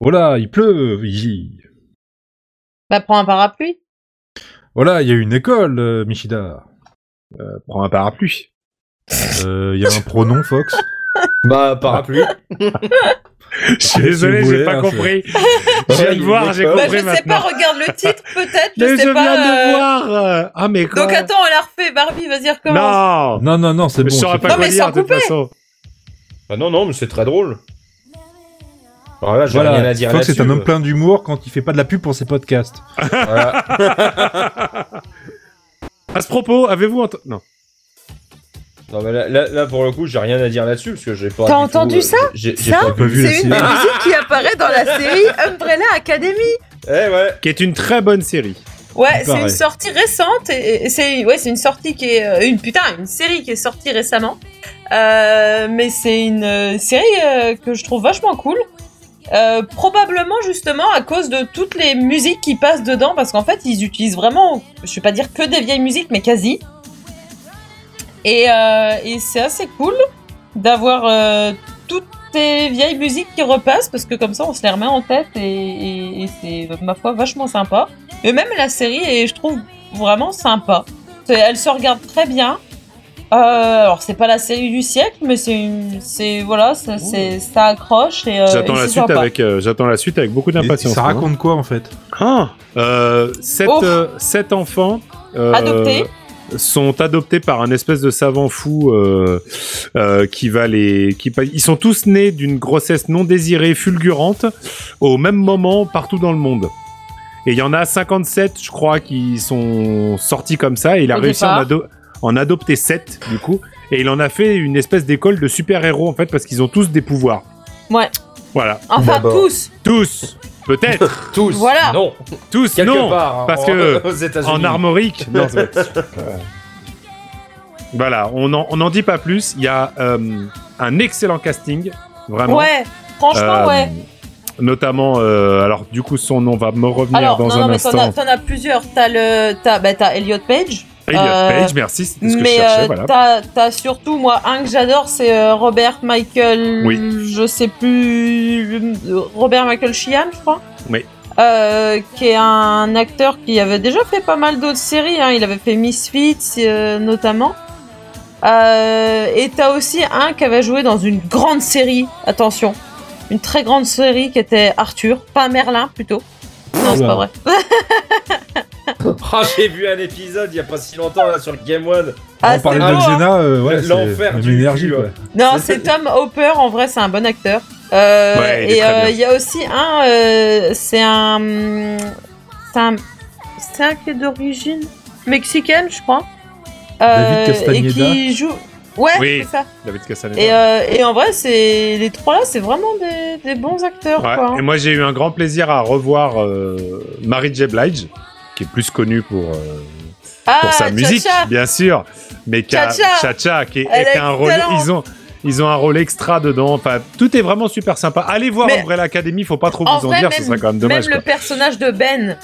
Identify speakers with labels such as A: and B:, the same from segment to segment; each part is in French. A: Oh là, il pleut Iji
B: Bah, prends un parapluie.
A: Oh là, il y a une école, euh, Michida
C: Euh, prends un parapluie.
A: Euh, Il y a un pronom, Fox
C: Bah, parapluie.
D: Je suis désolé,
A: vous voulez,
D: j'ai pas
A: hein,
D: compris. Je viens de voir, j'ai
C: Bah,
B: Bah, je
D: compris
B: sais pas,
D: maintenant.
B: regarde le titre, peut-être,
D: Mais
B: je
D: je
B: sais
D: viens
B: pas.
D: de
B: euh,
D: voir. Ah, mais quoi
B: Donc attends, elle a refait Barbie, vas-y, recommence.
D: Non
A: Non, non, non, c'est
D: Je
A: bon.
D: saurais
A: c'est
D: pas
B: Non,
A: bon.
D: quoi
B: mais
D: dire
B: sans
D: de toute
B: couper.
D: façon.
C: Ah non, non, mais c'est très drôle. Alors là, j'ai
A: Voilà,
C: rien à dire
A: Fox
C: là-dessus. euh.
A: est un homme plein d'humour quand il fait pas de la pub pour ses podcasts.
C: Voilà.
D: À ce propos, avez-vous entendu. Non.
C: Non, mais là, là, là, pour le coup, j'ai rien à dire là-dessus parce que j'ai pas.
B: T'as
C: du tout,
B: entendu
C: euh,
B: ça
C: J'ai j'ai
B: Ça
C: pas
A: Pas vu la
B: C'est une des
A: série.
B: musiques qui apparaît dans la série Umbrella Academy.
C: Eh ouais.
D: Qui est une très bonne série.
B: Ouais,
A: Il
B: c'est une
A: paraît.
B: sortie récente et, et c'est ouais, c'est une sortie qui est euh, une putain, une série qui est sortie récemment. Euh, mais c'est une euh, série euh, que je trouve vachement cool. Euh, probablement justement à cause de toutes les musiques qui passent dedans parce qu'en fait ils utilisent vraiment, je vais pas dire que des vieilles musiques mais quasi. Et, euh, et c'est assez cool d'avoir euh, toutes ces vieilles musiques qui repassent parce que comme ça on se les remet en tête et, et- et c'est ma foi vachement sympa. Et même la série est, je trouve, vraiment sympa. C'est- Elle se regarde très bien. Euh, alors c'est pas la série du siècle, mais c'est une- c'est voilà, ça, c'est- ça accroche et, euh,
D: J'attends
B: et
D: la
B: c'est
D: suite
B: sympa.
D: avec. euh, J'attends la suite avec beaucoup
A: Et
D: d'impatience.
A: Ça
D: hein. moi.
A: raconte quoi en fait
D: Ah euh, sept,
B: Oh.
D: euh, sept enfants euh,
B: Adoptés.
D: sont adoptés par un espèce de savant fou euh, euh, qui va les. Qui, pa- ils sont tous nés d'une grossesse non désirée fulgurante au même moment partout dans le monde. Et il y en a 57, je crois, qui sont sortis comme ça. Et il a
B: Au
D: réussi à en,
B: départ.
D: ado- en adopter 7, du coup. Et il en a fait une espèce d'école de super-héros, en fait, parce qu'ils ont tous des pouvoirs.
B: Ouais.
D: Voilà.
B: Enfin
C: D'abord.
B: tous.
D: Tous Peut-être
C: Tous.
B: Voilà.
C: Non.
D: Tous
C: Quelque
D: Non
C: part. hein,
D: parce
C: en-
D: que-
C: aux États-Unis.
D: En armorique Non, c'est vrai. Euh, Voilà, on n'en on en dit pas plus. Il y a euh, un excellent casting, vraiment.
B: Ouais. Franchement
D: Euh,
B: ouais.
D: Notamment, euh, alors du coup, son nom va me revenir
B: Alors
D: dans
B: non
D: un
B: non mais t'en as,
D: instant.
B: t'en as plusieurs. T'as le t'as bah, t'as Elliot Page.
D: Elliot
B: euh,
D: Page, merci, c'était ce que je
B: mais
D: cherchais,
B: euh,
D: voilà.
B: t'as t'as surtout moi un que j'adore c'est euh, Robert Michael.
D: Oui.
B: Je sais plus Robert Michael Sheehan je crois.
D: Oui.
B: Euh, qui est un acteur qui avait déjà fait pas mal d'autres séries. Hein. Il avait fait Misfits euh, notamment. Euh, et t'as aussi un qui avait joué dans une grande série, attention, une très grande série qui était Arthur, pas Merlin plutôt. Non, c'est
A: Oula.
B: pas vrai.
C: Ah, j'ai vu un épisode il y a pas si longtemps là sur le Game One.
B: Ah,
A: On parlait
B: c'est beau, hein.
A: d'Alzena, euh, ouais, c'est
C: L'enfer
A: même
C: du
A: l'énergie
C: cul,
A: quoi.
C: ouais.
B: Non, c'est Tom Hopper, en vrai, c'est un bon acteur. Euh,
D: Ouais, il est
B: et
D: très
B: euh,
D: bien.
B: il y a aussi un, euh, c'est un, c'est un, c'est un qui est d'origine mexicaine, je crois. Euh,
A: David
B: et
A: Castaneda.
B: qui joue. Ouais,
D: Oui.
B: c'est ça.
D: David Castaneda.
B: Et, euh, et en vrai, c'est les trois là, c'est vraiment des, des bons acteurs.
D: Ouais,
B: quoi, hein.
D: Et moi, j'ai eu un grand plaisir à revoir euh, Mary J. Blige, qui est plus connue pour, euh,
B: ah,
D: pour sa
B: Cha-Cha.
D: musique, bien sûr, mais qui a-
B: Cha-Cha.
D: Cha-Cha, qui est,
B: Elle
D: qui a
B: a
D: un
B: du
D: rôle,
B: talent.
D: ils ont, ils ont un rôle extra dedans. Enfin, tout est vraiment super sympa. Allez voir
B: Mais-
D: Umbrella Academy, faut pas trop
B: En
D: vous en
B: vrai,
D: dire,
B: même,
D: ce serait quand même dommage.
B: même le personnage de Ben,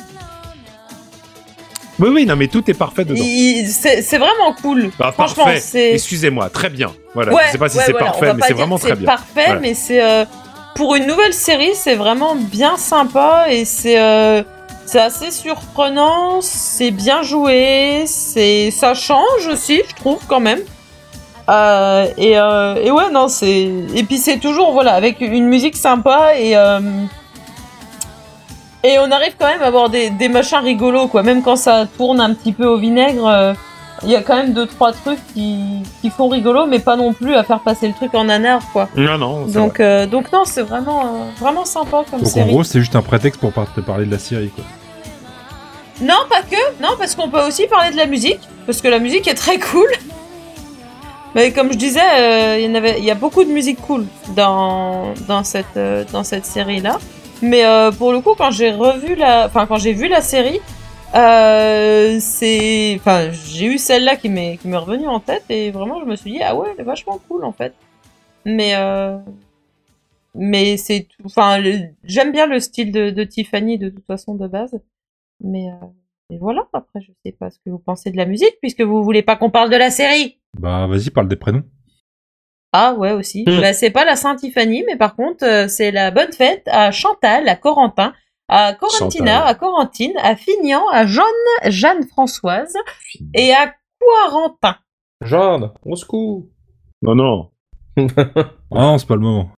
D: quoi. Oui, oui, non, mais tout est parfait dedans.
B: il- c'est c'est vraiment cool.
D: Bah,
B: Franchement,
D: parfait.
B: c'est.
D: Excusez-moi, très bien. Voilà,
B: Ouais,
D: je sais pas si
B: ouais,
D: c'est
B: voilà, on
D: parfait,
B: va
D: mais
B: pas
D: c'est
B: dire
D: vraiment
B: que
D: très
B: C'est
D: bien.
B: parfait,
D: Voilà.
B: mais c'est euh, pour une nouvelle série, c'est vraiment bien sympa et c'est euh, c'est assez surprenant, c'est bien joué, c'est ça change aussi, je trouve quand même. Euh, et, euh, et ouais, non, c'est et puis c'est toujours voilà avec une musique sympa et euh, et on arrive quand même à avoir des, des machins rigolos quoi, même quand ça tourne un petit peu au vinaigre. euh, il y a quand même deux trois trucs qui, qui font rigolo mais pas non plus à faire passer le truc en anard quoi
D: Non, non, c'est vrai.
B: donc euh, donc non c'est vraiment euh, vraiment sympa comme
A: Donc en
B: série
A: gros, c'est juste un prétexte pour par- te parler de la série quoi.
B: non pas que non parce qu'on peut aussi parler de la musique parce que la musique est très cool mais comme je disais euh, il y en avait il y a beaucoup de musique cool dans dans cette euh, dans cette série là mais euh, pour le coup quand j'ai revu la enfin quand j'ai vu la série euh, c'est enfin j'ai eu celle-là qui m'est qui m'est revenue en tête et vraiment je me suis dit ah ouais elle est vachement cool en fait mais euh, mais c'est tout- enfin le- j'aime bien le style de, de Tiffany de toute façon de base mais euh, et voilà après je sais pas ce que vous pensez de la musique puisque vous voulez pas qu'on parle de la série
A: Bah vas-y, parle des prénoms.
B: Ah ouais aussi.
D: Mm.
B: Bah, c'est pas la Sainte Tiffany, mais par contre euh, c'est la bonne fête à Chantal, à Corentin, à Corentina,
D: Chantal.
B: à Corentine, à Fignan, à Jeanne, Jeanne Françoise et à Corentin.
C: Jeanne, on se coupe.
D: Non, non.
A: Ah non, c'est pas le moment.